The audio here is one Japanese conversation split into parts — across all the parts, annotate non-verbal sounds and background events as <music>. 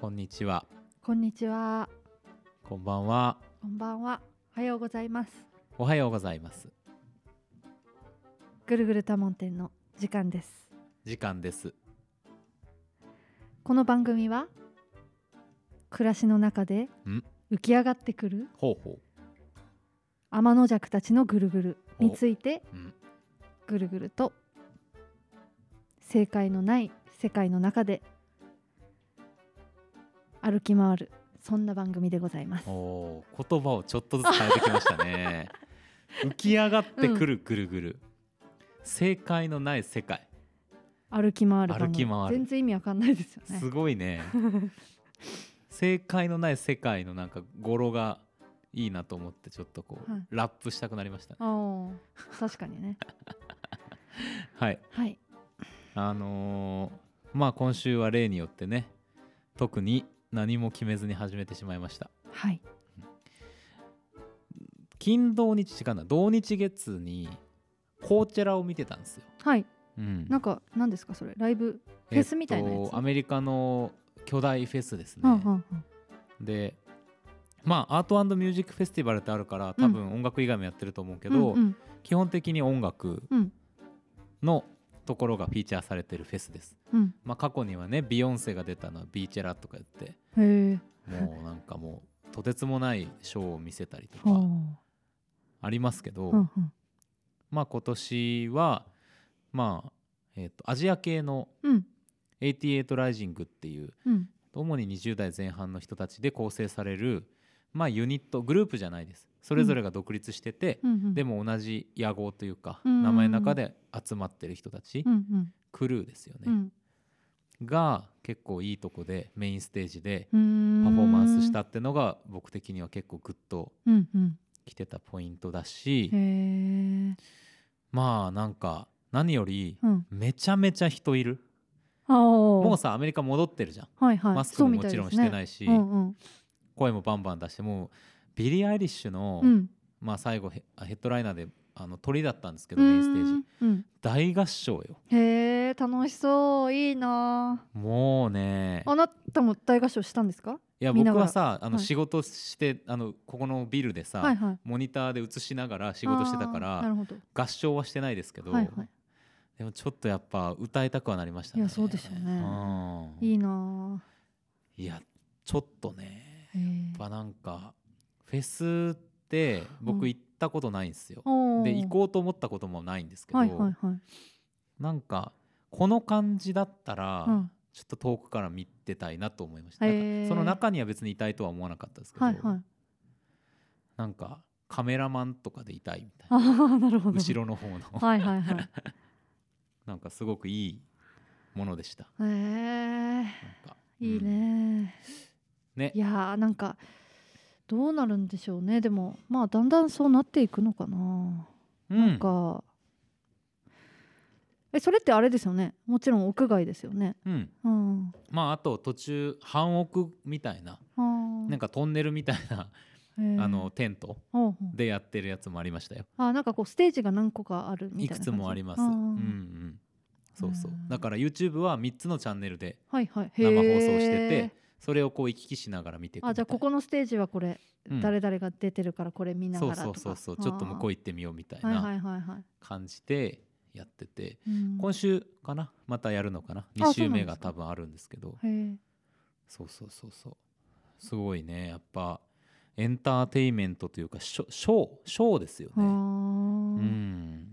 こんにちは。こんにちは。こんばんは。こんばんは。おはようございます。おはようございます。ぐるぐる多聞店の時間です。時間です。この番組は暮らしの中でん浮き上がってくるほうほ天の弱たちのぐるぐるについてう。うん。ぐるぐると正解のない世界の中で歩き回るそんな番組でございます。おー言葉をちょっとずつ変えてきました <laughs> ね。浮き上がってくるぐるぐる。正解のない世界。歩き回る番歩組き回る全然意味わかんないですよねす。ごい <laughs> ね。正解のない世界のなんか語呂がいいなと思ってちょっとこう、はいラップしたくなりま <laughs> したね。ああ確かにね。はい。はい。あのーまあ今週は例によってね、特に何も決めずに始めてしまいました。はい。金土日違うな同日月にコーチェラを見てたんですよ。はい。うんなんか何ですかそれライブフェスみたいなやつえっとアメリカの巨大フェスですね。うんうんうんでまあアートミュージックフェスティバルってあるから多分音楽以外もやってると思うけど、うん基本的に音楽うんのところがフィーチャーされてるフェスです。うんまあ、過去にはねビヨンセが出たのはビーチェラとかやってうんへえもうなんかもうとてつもないショーを見せたりとほうかありますけど、うんうんまあ今年はまあ、えっとアジア系のうん88ライジングっていううん主に20代前半の人たちで構成される、まあ、ユニットグループじゃないですそれぞれが独立してて、うんうんでも同じ野号というか、うん名前の中で集まってる人たち、うんうんクルーですようね、んが結構いいとこでメインステージでうーんパフォーマンスしたってのが僕的には結構グッとうんうんきてたポイントだし、へえまあなんか何よりうんめちゃめちゃ人いる、ああももうさアメリカ戻ってるじゃん、はいはいマスクももちろんしていないし、うんうん声もバンバン出してもうビリー・アイリッシュの、うんまあ、最後ヘヘッドライナーであの鳥だったんですけうどメインステージんうん大合唱よへえ楽しそういいなもうねああなたも大合唱したんですかいや見僕ながらはさあのはい仕事して、あのここのビルでさ、はいはいモニターで映しながら仕事してたかあーならるほど合唱はしてないですけど、はいはいでもちょっとやっぱ歌いたくはなりましたねいやそうでしょうねうんいいなあいやちょっとねへえやっぱなんかフェスってう僕ん行ったことないんですよ、おーで行こうと思ったこともないんですけど、はいはいはいなんかこの感じだったら、うんちょっと遠くから見てたいなと思いました、なんへかーその中には別にいたいとは思わなかったですけど、はいはいなんかカメラマンとかでいたいみたい <laughs> あなあなるほど後ろの方の、 <laughs> はいはいはい。なんかすごくいいものでしたえー、なんかいい、うんね。ねいやーなんかどうなるんでしょうね。でもまあだんだんそうなっていくのかな。うんなんかえそれってあれですよね。もちろん屋外ですよね。うんうん。まああと途中半奥みたいなあなんーかトンネルみたいな、へーあのテントほうほうでやってるやつもありましたよあなんかこうステージが何個かあるみいたいくな感じ。つもありますーうんうんそうそううんだから YouTube は3つのチャンネルではいはい。生放送してへーて。それをこう行き来しながら見ていくみたいあじゃあここのステージはこれ、うん誰々が出てるからこれ見ながらとかそうそうそうそうちょっと向こう行行ってみようみたいはいはないはいはい感じでやっててうん今週かなまたやるのかなあ2週目そうなんでがすか多分あるんですけどへえそうそうそうそうすごいねやっぱエンターテインメントというかショショーショーですよあーねうん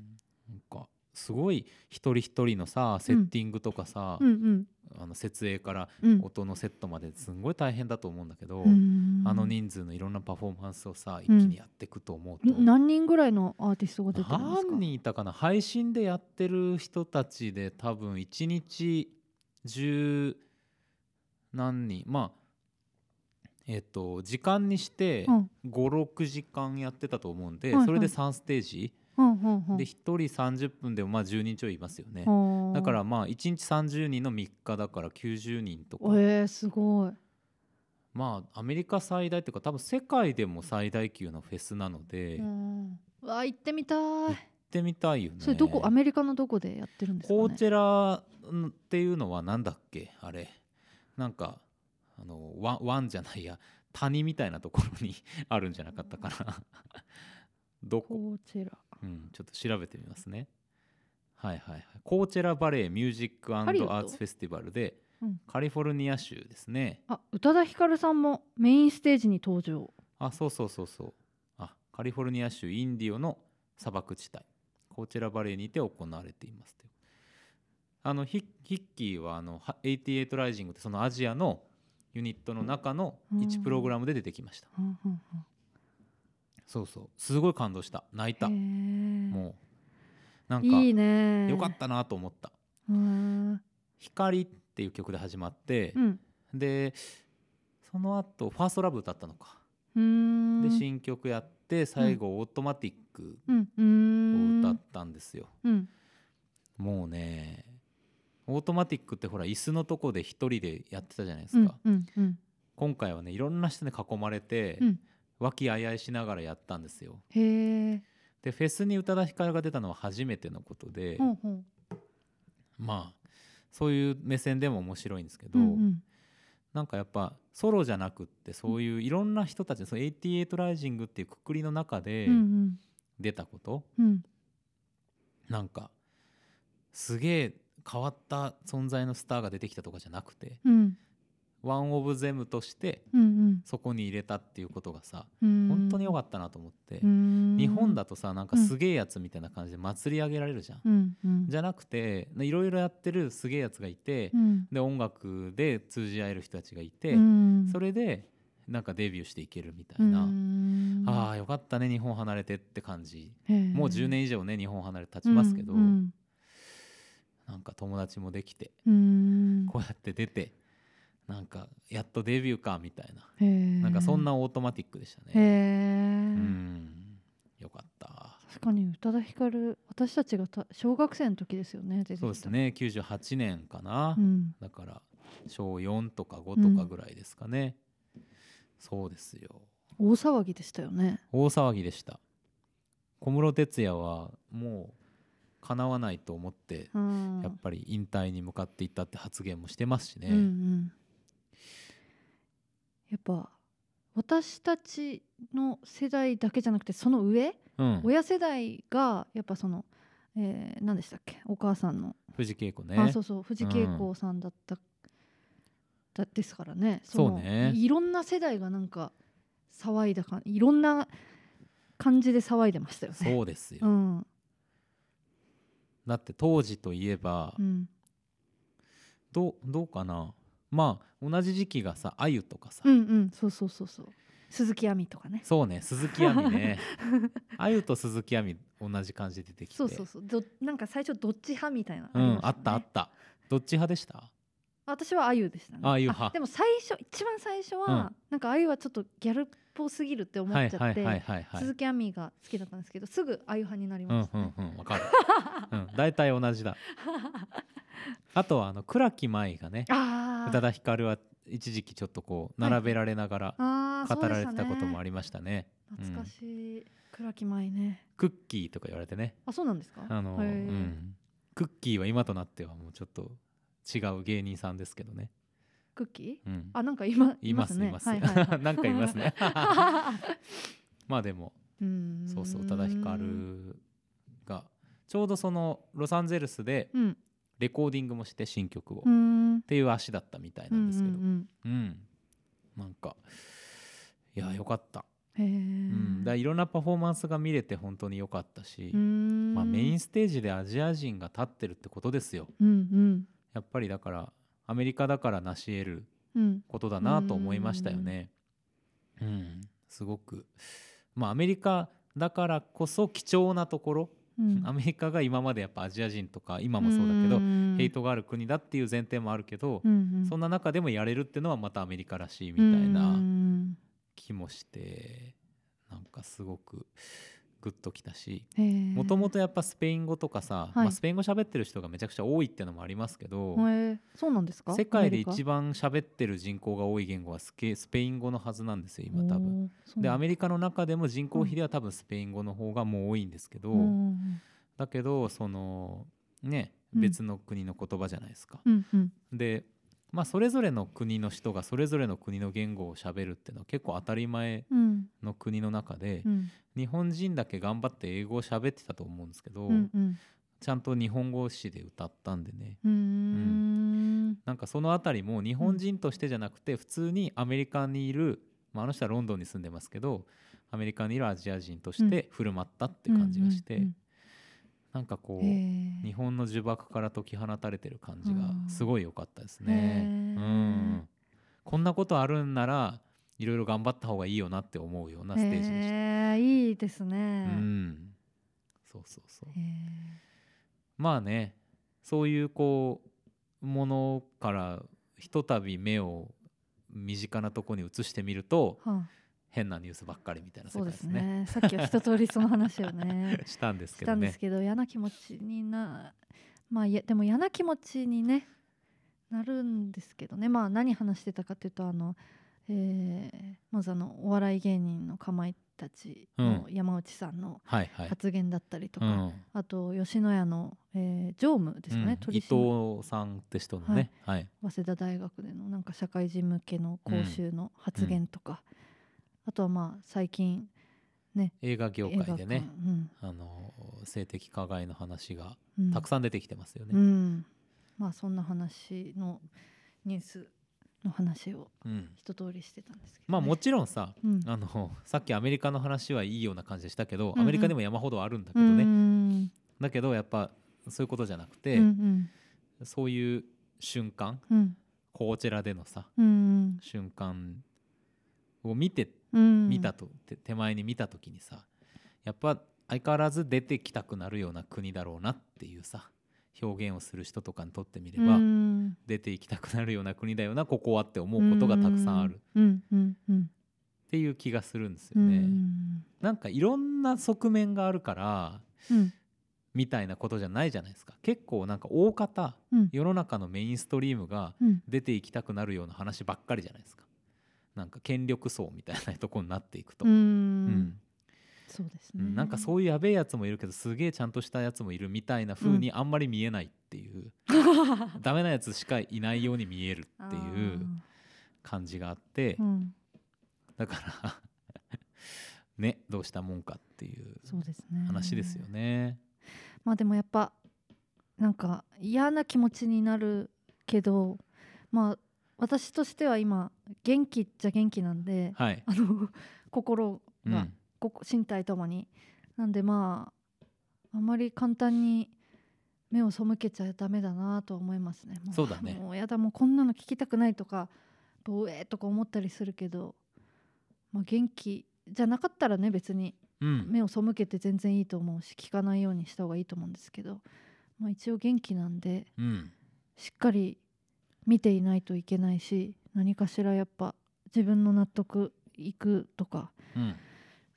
なんかすごい一人一人のさセッティングとかさうんうんあの設営からうん音のセットまですんごい大変だと思うんだけどうんあの人数のいろんなパフォーマンスをさ一気うんにやっていくと思うと何人ぐらいのアーティストが出てるんですか何人いたかな配信でやってる人たちで多分1日十何人まあえっと時間にしてうん56時間やってたと思うんで、はいはいそれで3ステージ、うんうんうんで1人30分でもまあ10人ちょいいますよね、あーだからまあ1日30人の3日だから90人とか、えー、すごいまあアメリカ最大っていうか多分世界でも最大級のフェスなので、う行っんうわ行ってみたいてみたいよね。それどこアメリカのどこでやってるんですかねコーチェラっていうのはなんだっけあれなんかあの湾湾じゃないや谷みたいなところに <laughs> あるんじゃなかったかな <laughs> どこ、こちらうん、ちょっと調べてみますねはいはいはいコーチェラバレエミュージックアンハリウッドドアーツフェスティバルで、うんカリフォルニア州ですねあ宇多田ヒカルさんもメインステージに登場あそうそうそうそうあカリフォルニア州インディオの砂漠地帯コーチェラバレーにて行われていますというあのヒヒッキーはあのは88ライジングってそのアジアのユニットの中のう1んプログラムで出てきました、うんうんそうそうすごい感動した泣いたもうんへうなえいいんかねよかったなと思ったうーん「光」っていう曲で始まってう、んでその後ファーストラブ」歌ったのか、うーんで新曲やって最後「オートマティック」うんうーをん歌ったんですよ、うんもうねオートマティックってほら椅子のとこで一人でやってたじゃないですうか、んうんうん今回はねいろんな人に囲まれて、うん和気あいあいしながらやったんですよへえでフェスに宇多田ヒカルが出たのは初めてのことで、ほうほうまあそういう目線でも面白いんですけど、うんうんなんかやっぱソロじゃなくってそういういろんな人たちのその88ライジングっていうくくりの中でうんうん出たこと、うんなんかすげえ変わった存在のスターが出てきたとかじゃなくてうんワン・オブ・ゼムとしてうんそこに入れたっていうことがさうん本当に良かっかったなと思って、た日本だとさなんかうんすげえやつみたいな感じで祭り上げられるじゃん、うんうんじゃゃなくていろいろやってるすげえやつがいて、うんで音楽で通じ合える人たちがいて、うんそれでなんかデビューしていけるみたいな、うんああよかったね日本離れてって感じへえもう10年以上ね日本離れて経ちますけど、うんうんなんか友達もできてうんこうやって出てなんかやっとデビューかみたいな、へえなんかそんなオートマティックでしたね。へうえん、よかった。確かに宇多田ヒカル私たちがた小学生の時ですよね出てきたそうですね、98年かな、うんだから小4とか5とかうんぐらいですかね。そうですよ。大騒ぎでしたよね大騒ぎでした。小室哲哉はもう叶わないと思って、うんやっぱり引退に向かっていったって発言もしてますしね。うんうんやっぱ私たちの世代だけじゃなくてその上、うん、親世代がやっぱその、えー、何でしたっけお母さんの、藤恵子ね。あそうそう藤恵子さんだった、だですからねのそうねいろんな世代がなんか騒いだかいろんな感じで騒いでましたよね。そうですよ。うんだって当時といえば、うんどうどうかなまあ同じ時期がさあゆとかさ、うんうんそうそうそうそう鈴木亜美とかねそうね鈴木亜美 <laughs> ねあゆと鈴木亜美同じ感じで出てきてそうそうそうどなんか最初どっち派みたいなのうりんましあよねったあったどっち派でした私はあゆでしたねあゆ派でも最初一番最初は、なんかあゆはちょっとギャルっぽすぎるって思っはいちゃはっいて、はいはいはい鈴木亜美が好きだったんですけどすぐあゆ派になりうんましうたね、んうんわかる、うん、大体同じ <laughs> だあとはあの倉木舞がねあ宇ー多田ヒカルは一時期ちょっとこうはい並べられながらあー語られてたこともありりましたね,、懐かしい、倉木舞ねクッキーとか言われてねあそうなんですかあの、うへーん、クッキーは今となってはもうちょっと違う芸人さんですけどね、クッキーうん、あなんか今いますねいます、 <laughs> はいはいはいなんかいますね <laughs> まあでも <laughs> うんそうそう宇多田ヒカルがちょうどそのロサンゼルスでうんレコーディングもして新曲を、うっんていう足だったみたいなんですけどううんんうんなんかいやよかった、うん、へえ、うん、だからいろんなパフォーマンスが見れて本当によかったし、ままあ、メインステージでアジア人が立ってるってことですようんやっぱりだからアメリカだから成し得るうんうんことだなと思いましたよね。うん、すごく、まあ、アメリカだからこそ貴重なところ、うん <laughs> アメリカが今までやっぱアジア人とか今もそうだけど、んヘイトがある国だっていう前提もあるけど、うんうんそんな中でもやれるっていうのはまたアメリカらしいみたいなうん気もしてなんかすごくグッときたし。へーもともとやっぱスペイン語とかさ、はいまあ、スペイン語喋ってる人がめちゃくちゃ多いっていうのもありますけど、へーそうなんですか世界で一番番喋ってる人口が多い言語はスケスペイン語のはずなんですよ今多分。でアメリリカの中でも人口比では多分スペイン語の方がもう多いんですけど、うんだけどそのねうん別の国の言葉じゃないですか。うんうんでまあ、それぞれの国の人がそれぞれの国の言語をしゃべるっていうのは結構当たり前うんの国の中で、うん日本人だけ頑張って英語を喋ってたと思うんですけど、うんうんちゃんと日本語詞で歌ったんでねうーんなんかそのあたりも日本人としてじゃなくて普通にアメリカにいる、まあ、あの人はロンドンに住んでますけどアメリカにいるアジア人として振る舞ったって感じがして、うんうんなんかこうんう、へー日本の呪縛から解き放たれてる感じうんがすごい良かったですへね。ーうん、こんなことあるんならいろいろ頑張った方がいいよなって思うようなステージでした。へーいいですうね。ん、そうそうそうへまあねそういうこうものからひとたび目を身近なところに移してみるとーは変なニュースばっかりみたいあ、な世そう界でですすね。ね。さっきは一通りその話をねしたんですしけたどんでねす。けど、嫌な気持ちにな、まあいやでも嫌な気持ちにねなるんですけどね。まあ何話してたかというとあの、えーまずあのお笑い芸人のかまいたちの山内さんのはいはい。発言だったりとうか、んあと吉野家の、えー常務ですかね、うん、伊取締役藤さんって人のね、はい、早稲田大学でのなんか社会人向けの講習の発言とか、あとはまあ最近映画業界でね映画、館うんあの性的加害の話がうん、たくさん出てきてますようね。ん、まあそんな話のニュースの話をうん一通りしてたんですけどね、まあもちろんさうんあのさっきアメリカの話はいいような感じでしたけど、うんうんアメリカでも山ほどあるんだけうどね、んだけどやっぱそういうことじゃなくうて、んうんそういう瞬間うんこちらでのさうん瞬間を見てうん見たと、て手前に見た時にさやっぱ相変わらず出てきたくなるような国だろうなっていうさ表現をする人とかにとってみれば、うん出ていきたくなるような国だよなここはって思うことがたくさんあるっうんうんうんていう気がするんですうよんね。なんかいろんな側面があるからうんみたいなことじゃないじゃないですか結構なんか大方うん世の中のメインストリームがうん出ていきたくなるような話ばっかりじゃないですかなんか権力層みたいなとこになっていくと、ううんんそうですうねんなんかそういうやべえやつもいるけどすげえちゃんとしたやつもいるみたいな風にあんまり見えないって <laughs> いう、ダメなやつしかいないように見えるっていう感じがあってあーうんだから <laughs> ねどうしたもんかっていうそうですね話ですよね。まあでもやっぱなんか嫌な気持ちになるけどまあ私としては今元気っちゃ元気なんで、はい、あの心うんが、ここ身体ともになんでまああまり簡単に目を背けちゃダメだなとは思いますねもそうだねもうやだもうこんなの聞きたくないとかぼえーとか思ったりするけど、まあ、元気じゃなかったらね別にうん目を背けて全然いいと思うし聞かないようにした方がいいと思うんですけど、まあ、一応元気なんでうんしっかり見ていないといけないし何かしらやっぱ自分の納得いくとかうん、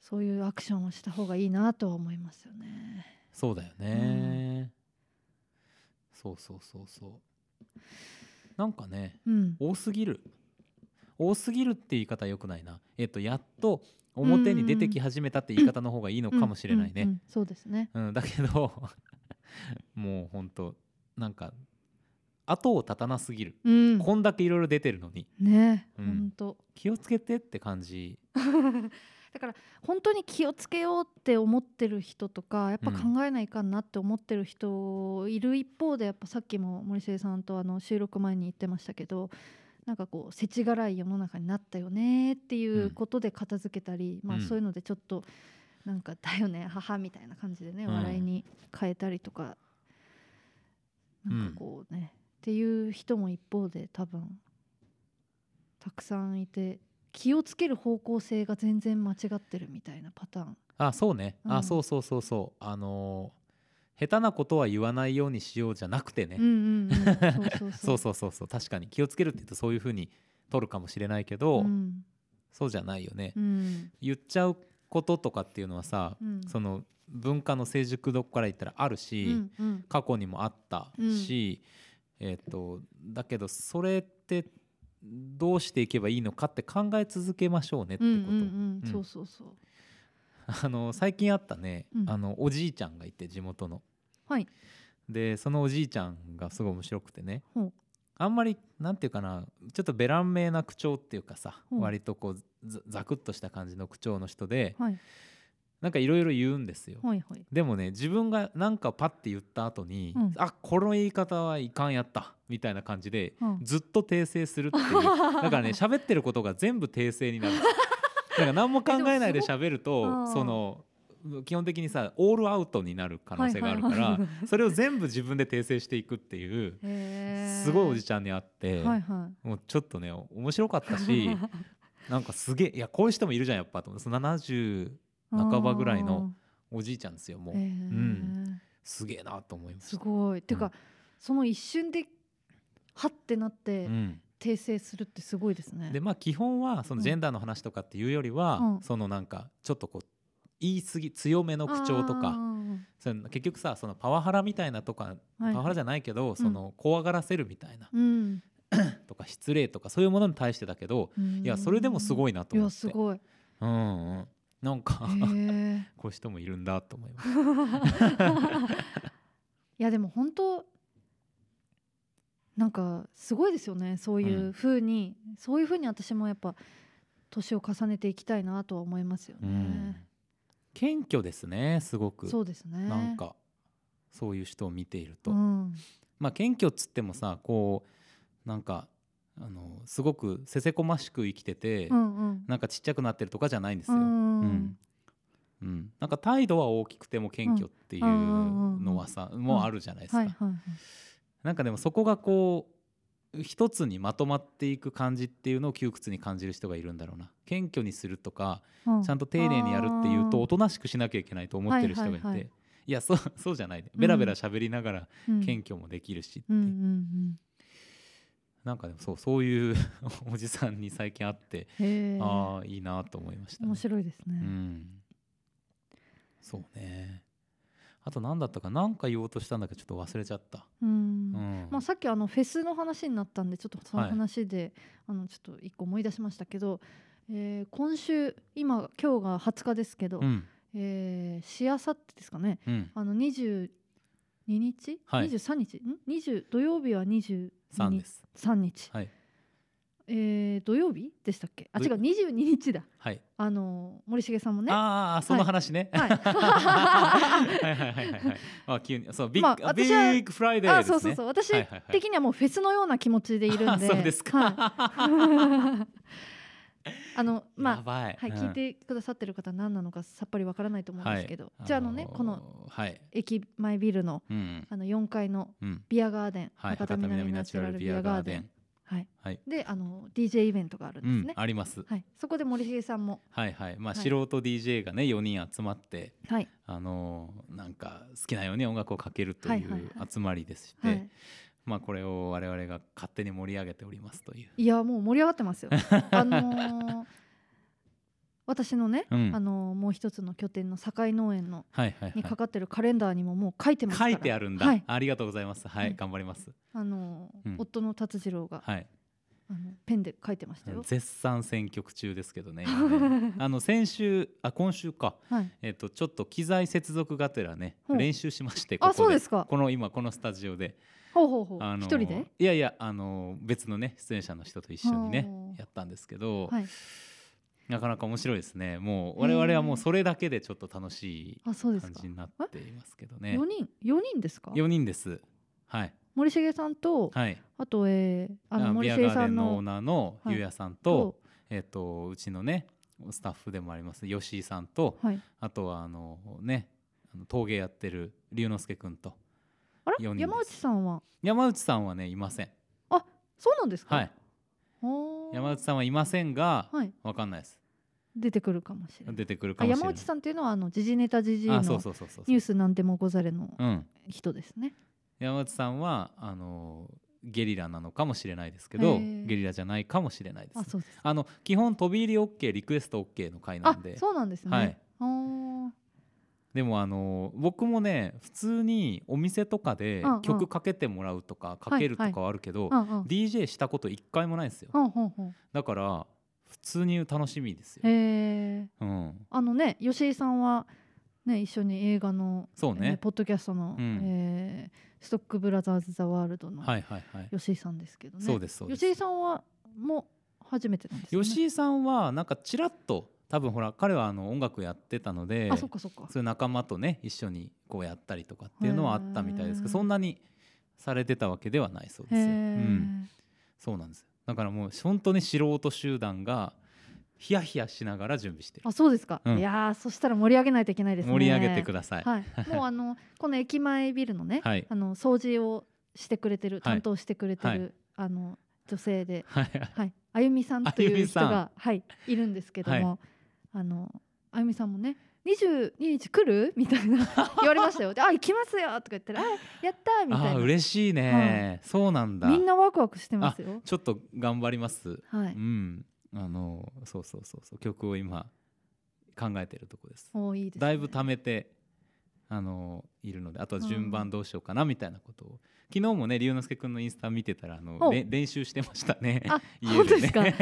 そういうアクションをした方がいいなとは思いますよね。そうだよね、そうそうそうそうなんかねうん、多すぎる多すぎるって言い方よくないなえっとやっと表に出てき始めたって言い方の方がいいのかもしれないうんうねんうんそうですね。うんだけど <laughs> もうほんとなんか後を絶たなすぎるうん、こんだけいろいろ出てるのにね、うん本当気をつけてって感じ <laughs> だから本当に気をつけようって思ってる人とかやっぱ考えないかんなって思ってる人いる一方でやっぱさっきも森末さんとあの収録前に言ってましたけどなんかこう世知辛い世の中になったよねっていうことで片付けたり、まあうんそういうのでちょっとなんかだよね母みたいな感じでねうん笑いに変えたりとか、うんなんかこうねっていう人も一方で多分たくさんいて気をつける方向性が全然間違ってるみたいなパターンあそうね、うあんそうそうそうそうあのー下手なことは言わないようにしようじゃなくてね、うんうんうんそうそう <laughs> そううそうそそうそう確かに気をつけるって言うとそういうふうに取るかもしれないけど、うんそうじゃないよね、うん言っちゃうこととかっていうのはさ、うんその文化の成熟度から言ったらあるうし、んうん過去にもあったし、えっとだけどそれってどうしていけばいいのかって考え続けましょうねってうこんと、うんうんうんそうそうそうあの最近あったね、うんあのおじいちゃんがいて地元のはいでそのおじいちゃんがすごい面白くてねほうあんまりなんていうかなちょっとベラン名な口調っていうかさ、うん割とこうざざくっとした感じの口調の人で、はいなんかいろいろ言うんですよ、はいはいでもね自分がなんかパッて言った後に、うんあこの言い方はいかんやったみたいな感じで、うんずっと訂正するって <laughs> いうだからね喋ってることが全部訂正になるなんか何も考えないで喋るえでもとすごその基本的にさオールアウトになる可能性があるから、はい <laughs> はいはいそれを全部自分で訂正していくっていうへーすごいおじちゃんに会って、はいはいもうちょっとね面白かった <laughs> しなんかすげえいやこういう人もいるじゃんやっぱと思ってその70半ばぐらいのおじいちゃんですよもあう、ーへーんすげえなと思いましすた。ごいていうか、うんその一瞬ではってなって、うん訂正するってすごいですねでまあ基本はそのうんジェンダーの話とかっていうよりは、うんそのなんかちょっとこう言い過ぎ強めの口調とあかーその結局さそのパワハラみたいなとか、はいパワハラじゃないけど、その怖がらせるみたいなうんとか失礼とかそういうものに対してだけど、いやそれでもすいごいなとい思やってすごいうんうん、なんか、へー <laughs> こういう人もいるんだと思います。いやでも本当なんかすごいですよねそういうふうに、そういうふうに私もやっぱ年を重ねていきたいなとは思いますようねん、謙虚ですねすごくそうですねなんかそういう人を見ていると。うんまあ、謙虚っつってもさこうなんかあのすごくせせこましく生きてて、うんうんなんかちっちゃくなってるとかじゃないんですうよ。んううんんうんなんか態度は大きくても謙虚っていうのはさ、もうあるじゃないですか、はいはいはいなんかでもそこがこう一つにまとまっていく感じっていうのを窮屈に感じる人がいるんだろうな謙虚にするとかうちゃんと丁寧にやるっていうあとーおとなしくしなきゃいけないと思ってる人がいて、はいいはいはいやそう <laughs> そうじゃないねベラベラ喋りながらうん謙虚もできるしってういんううんうんなんかでもそうそういう <laughs> おじさんに最近会って、へえああいいなと思いました、ね。面白いですうね、ん、そうね。あと何だったか何か言おうとしたんだけどちょっと忘れちゃった。うんうん。まあ、さっきあのフェスの話になったんでちょっとそのはい話で、あのちょっと一個思い出しましたけど、えー今週今今日が20日ですけど、うんえーしあさってですかねうんあの22日、はい23日ん20土曜日は23 3です。 3日、はいえー土曜日でしたっけあど違う22日だはい。あの森重さんもねああその話ね。 <laughs> はいはいはいはいはい <laughs> はい。あ急にそうビッまあグ、ビ私はッグフライデー <laughs> あですね。そうそうそう私はいはいはい的にはもうフェスのような気持ちでいるんで <laughs> あそうですか。はい <laughs> あのや <laughs> まあばい。はい、うん聞いてくださってる方は何なのかさっぱりわからないと思うんですけど、はいじゃああのね、このはい。駅前ビルのうんあの4階のうん。ビアガーデン、はい。博多南ナチュラルビアガーデン。はい、はいであの DJ イベントがあるんですうんね、あります。はい、そこで森重さんも、はいはいまあ、はい素人 DJ がね4人集まって、はいあのーなんか好きなように音楽をかけるとはいいはいはう集まりですして、はいまあ、これを我々が勝手に盛り上げておりますという。いやもう盛り上がって <laughs> ますよあのー私のね、うんあのーもう一つの拠点の堺農園のはいはいにはかかってるカレンダーにももう書いてまい、すか書らいてあるんだ、はい、ありがとうございますはい、はい頑張りますあのーうん夫の達次郎が、はいあのペンで書いてましたよ、絶賛選曲中ですけどね今 <laughs> ねあの先週あ今週か、はい、えっとちょっと機材接続がてらねほう練習しましてここあでそうですかこの今このスタジオでほうほうほう一、あの人でいやいやあの別のね出演者の人と一緒にねおーやったんですけど、はいなかなか面白いですねもう我々はもうそれだけでちょっと楽しあそういです感かじになっていますけどね4人四人ですか4人ですはい森重さんと、はいあとえー、あの森ビア重ガーさデんンののオーナーのはいゆうやさんと,、えっとうちのねスタッフでもあります吉井さんとはい、あとはあのねあの陶芸やってる龍之介くんとあ四人ですれ山内さんは山内さんはねいませんそうなんですか、はいおー山内さんはいませんがはい、わかんないです出てくるかもしれない出てくるかあもしれ山ない内さんっていうのはあの時事ネタ時事のあそうそうそうそうそうニュースなんでもござれのうん人ですね、山内さんはあのゲリラなのかもしれないですけどへーゲリラじゃないかもしれないです、あそうですあの基本飛び入り OK リクエスト OK の回なあんでそうなんですね、はいあーでもあの僕もね普通にお店とかでうんうん曲かけてもらうとかかけるとかはあるけど、ああ DJ したこと一回もないんですよほんほんほんだから普通に楽しみですよ、えうー、ん、あのね吉井さんはね、一緒に映画の、そうえーね、ポッドキャストの、うんえーストックブラザーズ・ザ・ワールドのはいはいはい、吉井さんですけどね、そうですそうです吉井さんはもう初めてなんですよね吉井さんはなんかちらっと多分ほら彼はあの音楽やってたのであそっかそっかそういう仲間とね一緒にこうやったりとかっていうのはあったみたいですけどそんなにされてたわけではないそうでへすよ。うえ、ん、そうなんですよだからもう本当に素人集団がヒヤヒヤしながら準備してるあそうですか、うんいやーそしたら盛り上げないといけないですね盛り上げてください。はい、もうあのこの駅前ビルのね、はいあの掃除をしてくれてるはい担当してくれてる、はいあの女性で、はいはい、あゆみさんといあうゆいみ人さんがはいいるんですけども、あのあゆみさんもね22日来るみた <laughs> いな言われましたよであ行きますよとか言ったらあやったーみあたあーい嬉しいね、そうなんだなみんなワクワクしてますよちょっと頑張ります、、はいうんあのそうそうそうそう曲を今考えてるとこですおーいいですねだいぶ貯めてあのいるのであとは順番どうしようかなみたいなことを、昨日もね龍之介くんのインスタ見てたらあのおれ練習してましたねあ家でね <laughs> 本当です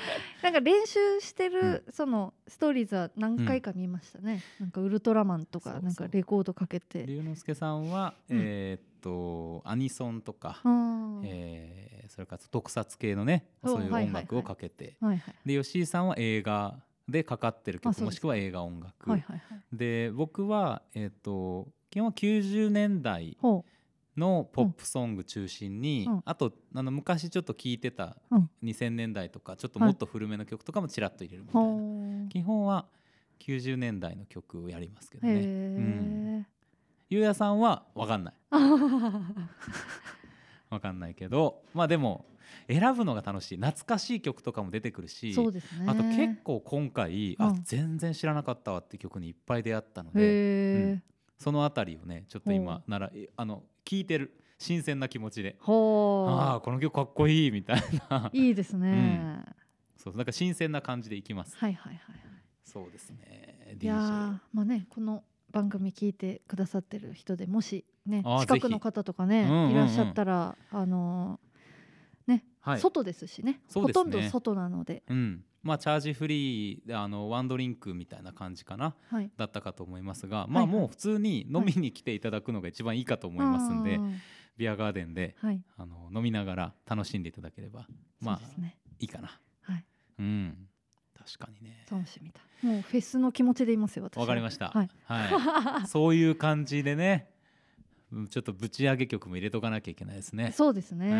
<laughs> なんか練習してる、そのストーリーズは何回か見ましたね、なんかウルトラマンとそうそかうなんかレコードかけて龍之介さんは、うんえーっとアニソンとか、あーえーそれから特撮系のねおそういうはい音はい楽をかけて、はいはいで吉井さんは映画でかかってるあ曲そうもですしくは映画音楽、はいはいはいで僕はえっ、と基本は90年代ほのポップソング中心に、うんあとあの昔ちょっと聴いてたうん2000年代とかちょっとはいもっと古めの曲とかもちらっと入れるみうたいな、ほう基本は90年代の曲をやりますけどへえ、ね、うんゆうやさんは分かんないあははは分かんないけどまあでも選ぶのが楽しい懐かしい曲とかも出てくるしそうですねあと結構今回、うあん全然知らなかったわって曲にいっぱい出会ったのへでえ、うんそのあたりをねちょっとほ今ならえあの聞いてる新鮮な気持ちでほうああーこの曲かっこいいみたいな <laughs> いいですね、んそうなんか新鮮な感じでいきますはいはいはいはいそうですねいや DJ ーまあねこの番組聞いてくださってる人でもしねあー近ぜくひの方とかね、うんうんうんいらっしゃったらあのーね、はい外ですしねそうほですねとんど外なので、うんまあチャージフリーであのワンドリンクみたいな感じかなはい、だったかと思いますがまあはいはいもう普通に飲みに来ていただくのが一番いいかと思いますんで、あービアガーデンではい、あの飲みながら楽しんでいただければまあそうですね、いいかなはい、うん確かにね楽しみだ。もうフェスの気持ちでいますよ私は。わかりましたはい。はい <laughs> そういう感じでね、うんちょっとぶち上げ曲も入れとかなきゃいけないですね。そうですうね。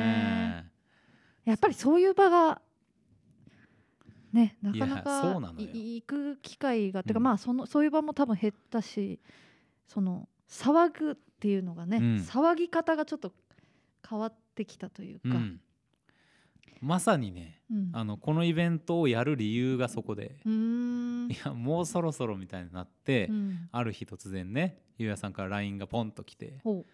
んやっぱりそういう場がねないやかなかそうなのよい行く機会が、てかうんまあそのそういう場も多分減ったしその騒ぐっていうのがね、うん騒ぎ方がちょっと変わってきたというか、うんまさにね、うんあのこのイベントをやる理由がそこで、うーんいやもうそろそろみたいになって、うんある日突然ね、ゆうやさんから LINE がポンと来て、ほ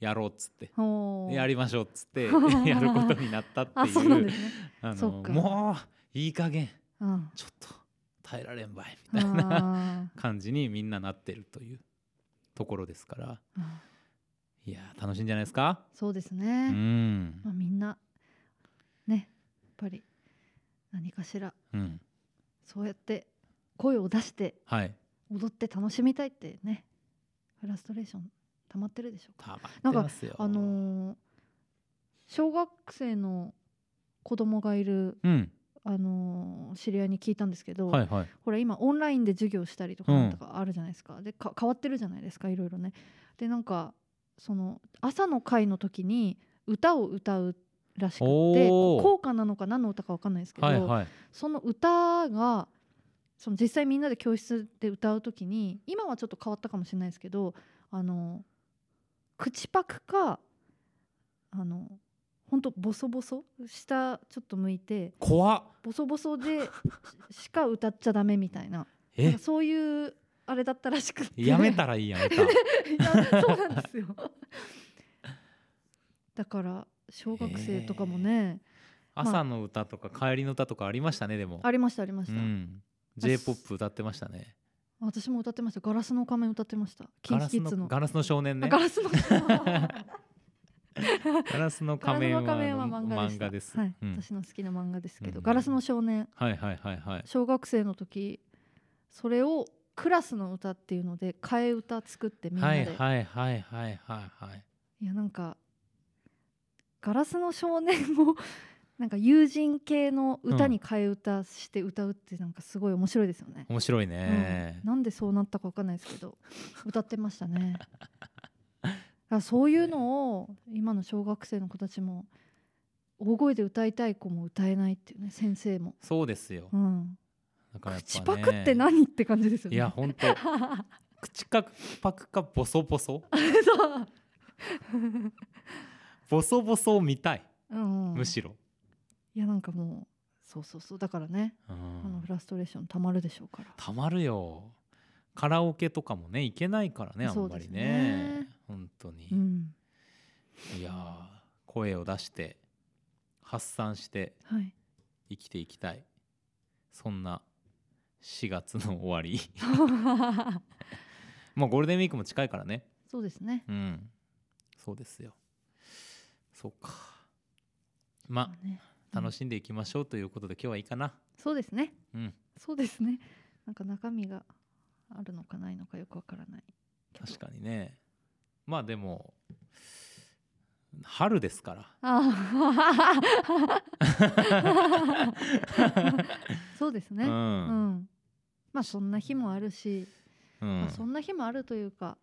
やろうっつってう。ほうやりましょうっつって <laughs> やることになったってあいそうなんうですね、あそのっかもういい加減うん、ちょっと耐えられんばいみたいな <laughs> あ感じにみんななってるというところですからーあいやー楽しいんじゃないですか。ーそうですうね、ん。まあ、みんなねやっぱり何かしらうん。そうやって声を出してはい。踊って楽しみたいってねフラストレーション溜まってるでしょうかたまってますよ。あのー小学生の子供がいる、うん。あのー知り合いに聞いたんですけど、はいはい。ほら今オンラインで授業したりとかうんなんとかあるじゃないですか、でか変わってるじゃないですかいろいろねでなんかその朝の会の時に歌を歌うらしくっておー効果なのか何の歌かわかんないですけど、はいはい。その歌がその実際みんなで教室で歌う時に今はちょっと変わったかもしれないですけどあの口パクかあのほんとボソボソ下ちょっと向いて怖っ。ボソボソ <laughs> でししか歌っちゃダメみたいななんえか、そういうあれだったらしくってやめ <laughs> たらいいやめた。いやそうなんですよだから小学生とかもね、朝の歌とか帰りの歌とかありましたねでも。ありましたありましうた、ん。J-POP 歌ってましたね。私も歌ってましたガラスの仮面歌ってましたガラス KinKiKids のガラスの少年あね。ガラスの <laughs> ガラスのガラ仮ス面のは仮面はあの漫漫画でした画です。はい、うん私の好きな漫画ですけうど、んガラスの少年はいはいはいはい。小学生の時それをクラスの歌っていうので替え歌作ってみんなはで、いいはいはいはいはいはいやなんか「ガラスの少年」を <laughs> なんか友人系の歌に替え歌して歌うってなんかすごい面白いですよね。面白いうんね、なんでそうなったかわかんないですけど歌ってましたね。あそういうのを今の小学生の子たちも大声で歌いたい子も歌えないっていうね先生も。そうですよ、うん、だからやっぱ、ね、口パクって何って感じですよね。いや <laughs> 本当口かパクかボソボソそうボソボソを見たいうんうんむしろ、いやなんかもうそうそうそうだからね、うんあのフラストレーションたまるでしょうからたまるよカラオケとかもね行けないからねあんまりそうですねね本当に、うんいやー声を出して発散してはい <laughs> 生きていきたいそんな4月の終わり <laughs> もうゴールデンウィークも近いからねそうですねうんそうですよそうかままあねあ楽しんでいきましょうということで今日はいいかなそうですねうんそうですねなんか中身があるのかないのかよくわからないけど確かにねまあでも春ですからああ <laughs> そうです <laughs> ねううん、ん、まあそんな日もあるし、うんまあ、そんな日もあるというか、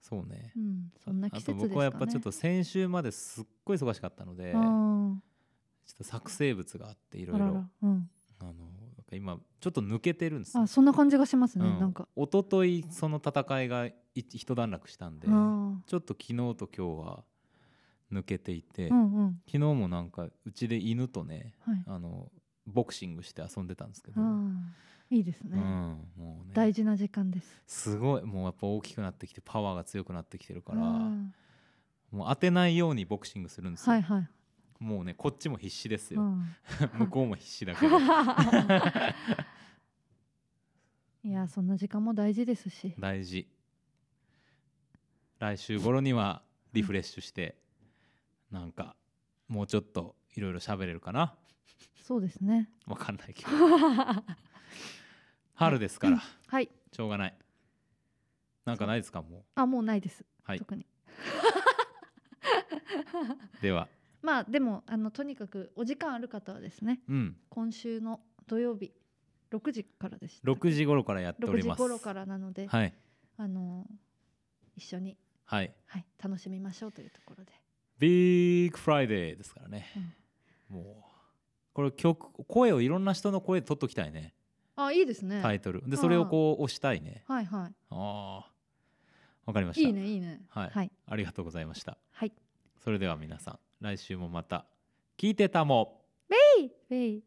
そうねうん、そんな季節ですあかねと僕はやっぱちょっと先週まですっごい忙しかったのでちあょっーと作成物があっていろあいろらら、うん、あの今ちょっと抜けてるんですよあそんな感じがしますね、うんなんか一昨日その戦いがい一段落したんであーちょっと昨日と今日は抜けていて、うんうん昨日もなんかうちで犬とねはいあのボクシングして遊んでたんですけど、あーいいですうね、んもうね大事な時間ですすごいもうやっぱ大きくなってきてパワーが強くなってきてるから、うんもう当てないようにボクシングするんですよ、はいはい、もうねこっちも必死ですうよ、ん、 <laughs> 向こうも必死だけど <laughs> いやそんな時間も大事ですし大事来週頃にはリフレッシュしてなんかもうちょっといろいろ喋れるかなそうですねわかんない <laughs> けどは春ですからいしょうがないなんかないですかもうあもうないです、はい特にではまあでもあのとにかくお時間ある方はですねうん今週の土曜日6時からでした6時頃からやってお6り時ます頃からなので、はいあの一緒に、はいはい、楽しみましょうというところでビッグフライデーですからね、もうこれ曲声をいろんな人の声で取っときたいねあいいですね、タイトルでそれをこう押したいねはいはああわかりまいしたいいねいいねはいはい、ありがとうございましたはいそれでは皆さん来週もまた聞いてたもウェイ